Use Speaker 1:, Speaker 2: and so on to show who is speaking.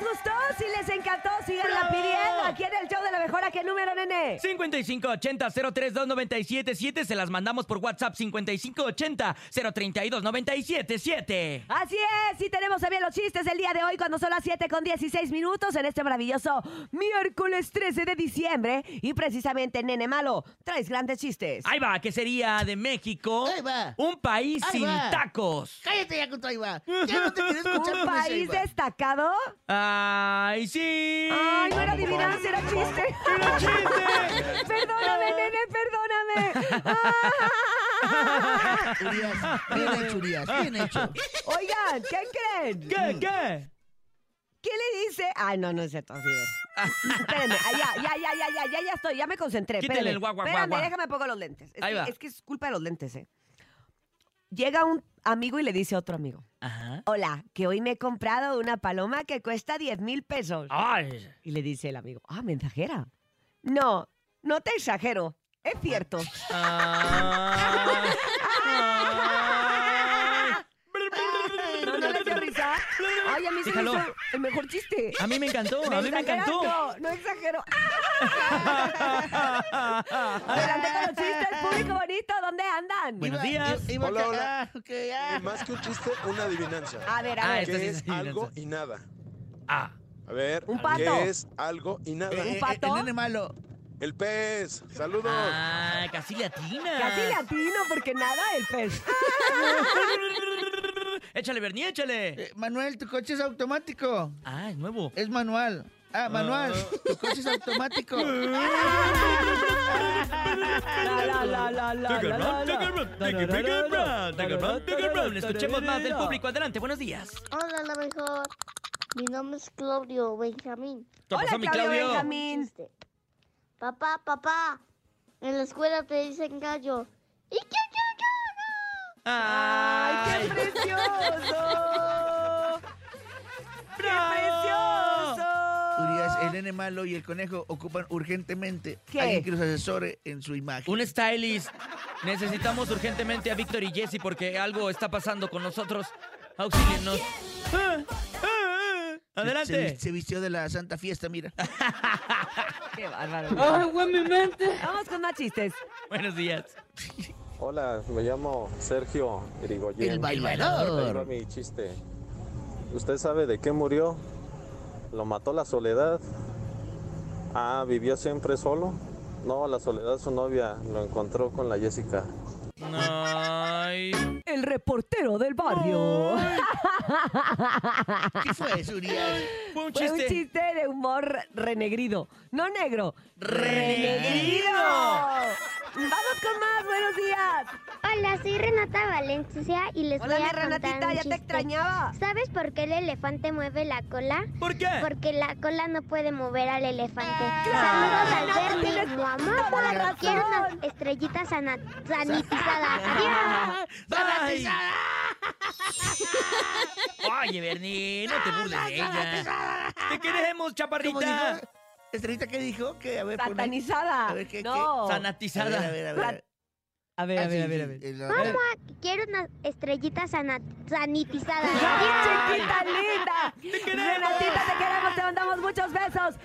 Speaker 1: gustó, si les encantó, síganla pidiendo aquí en el show de la mejora. ¿Qué número, nene?
Speaker 2: 5580-032977. Se las mandamos por WhatsApp 5580-032-977.
Speaker 1: Así es, y tenemos también los chistes del día de hoy cuando son las 7 con 16 minutos en este maravilloso miércoles 13 de diciembre. Y precisamente, nene malo, traes grandes chistes.
Speaker 2: Ahí va, que sería de México
Speaker 3: Ahí va.
Speaker 2: un país
Speaker 3: Ahí
Speaker 2: sin
Speaker 3: va.
Speaker 2: tacos.
Speaker 3: Cállate ya con tu Aiba. Ya no te quiero escuchar
Speaker 1: ¿Un
Speaker 3: con ese
Speaker 1: país
Speaker 3: Aiba.
Speaker 1: destacado?
Speaker 2: ¡Ay, sí!
Speaker 1: Ay, no era adivinanza, era chiste.
Speaker 2: ¡Era chiste!
Speaker 1: perdóname, nene, perdóname. Ah.
Speaker 3: Urias, bien hecho, Urias, bien hecho.
Speaker 1: Oigan, ¿qué creen?
Speaker 2: ¿Qué, qué?
Speaker 1: ¿Qué le dice? Ay, no, no es cierto. así es. Espérenme, ah, ya, ya, ya, ya, ya, ya, ya estoy, ya me concentré.
Speaker 2: Quítale
Speaker 1: espérenme.
Speaker 2: el guau, guau,
Speaker 1: Espérame,
Speaker 2: guau, guau.
Speaker 1: déjame pongo los lentes. Es,
Speaker 2: Ahí
Speaker 1: que,
Speaker 2: va.
Speaker 1: es que es culpa de los lentes, ¿eh? Llega un amigo y le dice a otro amigo,
Speaker 2: Ajá.
Speaker 1: hola, que hoy me he comprado una paloma que cuesta 10 mil pesos.
Speaker 2: Ah. ¡Ay!
Speaker 1: Y le dice el amigo, ah, mensajera. No, no te exagero, es cierto.
Speaker 2: Ah. Ay.
Speaker 1: No, no le dio risa. Ay, a mí se me
Speaker 2: Déjalo.
Speaker 1: hizo el mejor chiste.
Speaker 2: A mí me encantó, a mí me
Speaker 1: exageras?
Speaker 2: encantó.
Speaker 1: No, no exagero. Adelante con los chistes, público bonito, ¿dónde andan?
Speaker 2: Buenos
Speaker 3: Iba-
Speaker 2: días.
Speaker 3: iba
Speaker 4: Hola,
Speaker 3: acá-
Speaker 4: hola. Eh,
Speaker 3: ah, ok, ah.
Speaker 4: Y más que un chiste, una adivinanza.
Speaker 1: A ver, a
Speaker 2: Ah,
Speaker 1: ver.
Speaker 2: esta sí
Speaker 4: ¿Qué
Speaker 2: es
Speaker 4: es algo
Speaker 2: adivinanza.
Speaker 4: y nada?
Speaker 2: Ah.
Speaker 4: A ver,
Speaker 1: Un pato.
Speaker 4: ¿qué es algo y nada?
Speaker 3: Eh, eh,
Speaker 1: pato?
Speaker 3: el nene malo.
Speaker 4: El pez. Saludos.
Speaker 2: Ah, casi le atina.
Speaker 1: Casi latino, porque nada el pez.
Speaker 2: Échale, Bernie, échale.
Speaker 3: Eh, Manuel, tu coche es automático.
Speaker 2: Ah, es nuevo.
Speaker 3: Es manual. Ah, manual.
Speaker 2: Ah.
Speaker 3: Tu coche es automático.
Speaker 2: Ah,
Speaker 1: La, la, la, la, la,
Speaker 2: Take
Speaker 1: la,
Speaker 2: a
Speaker 1: la,
Speaker 2: round, take a
Speaker 1: la.
Speaker 2: round, take a big round, take a round, take a round. Escuchemos más del público. Adelante, buenos días.
Speaker 5: Hola, la mejor. Mi nombre es Claudio Benjamín.
Speaker 2: ¿Qué
Speaker 1: Hola,
Speaker 2: pasó, mi
Speaker 1: Claudio
Speaker 2: Claudio?
Speaker 1: Benjamín. Min.
Speaker 5: Chiste. Papá, papá, en la escuela te dicen gallo. ¿Y qué, qué, qué?
Speaker 1: ¡Ay,
Speaker 2: ¡Ay,
Speaker 1: qué precioso! ¡Qué precioso!
Speaker 3: Urias, el nene malo y el conejo ocupan urgentemente
Speaker 1: ¿Qué?
Speaker 3: alguien que los asesore en su imagen.
Speaker 2: Un stylist. Necesitamos urgentemente a Víctor y Jesse porque algo está pasando con nosotros. Auxílienos. Ah, ah, ah.
Speaker 3: Se- Se,
Speaker 2: Adelante.
Speaker 3: vi- se vistió de la Santa Fiesta, mira.
Speaker 1: ¡Qué bárbaro! ¡Ay, güey, mi mente! Vamos con más chistes.
Speaker 2: Buenos días.
Speaker 6: Hola, me llamo Sergio Grigoyen.
Speaker 3: El
Speaker 6: Ahí va
Speaker 3: bailador.
Speaker 6: mi chiste. ¿Usted sabe de qué murió? ¿Lo mató la soledad? Ah, ¿vivió siempre solo? No, la soledad, su novia, lo encontró con la Jessica.
Speaker 2: Ay.
Speaker 1: El reportero del
Speaker 2: Oh,
Speaker 1: barrio.
Speaker 3: ¿Qué fue eso, Urias?
Speaker 2: Fue un
Speaker 1: Fue un
Speaker 2: chiste.
Speaker 1: chiste de humor renegrido. No negro.
Speaker 2: ¡Renegrido!
Speaker 1: Vamos con más, buenos días.
Speaker 5: Hola, soy Renata Valencia y les
Speaker 1: Hola,
Speaker 5: voy
Speaker 1: mi
Speaker 5: a contar
Speaker 1: Renatita,
Speaker 5: un
Speaker 1: ya te
Speaker 5: chiste.
Speaker 1: extrañaba.
Speaker 5: ¿Sabes por qué el elefante mueve la cola?
Speaker 1: Eh.
Speaker 2: ¿Por qué?
Speaker 5: Porque la cola no puede mover al elefante.
Speaker 1: Ah.
Speaker 5: Saludos al
Speaker 1: No, tienes
Speaker 5: Bernie, muamá,
Speaker 1: toda la razón.
Speaker 5: quiero unas estrellitas sana- sanitizadas. Adiós.
Speaker 2: ¡Ay! Oye, Bernie, no te burles de ella. Te queremos,
Speaker 3: ¿Cómo dijo?
Speaker 2: chaparrita.
Speaker 3: ¿Estrellita qué dijo? ¿Qué? A ver, pon ahí.
Speaker 1: Satanizada.
Speaker 3: A ver, ¿qué-
Speaker 1: no.
Speaker 3: A ver, a
Speaker 2: Sanatizada.
Speaker 3: ver, a ver.
Speaker 1: A ver, a ver, a ver. A ver.
Speaker 3: ver.
Speaker 5: Quiero unas estrellitas sana- sanitizadas.
Speaker 1: ¡Ay, chiquita linda! Renatita, te queremos, te mandamos muchos besos.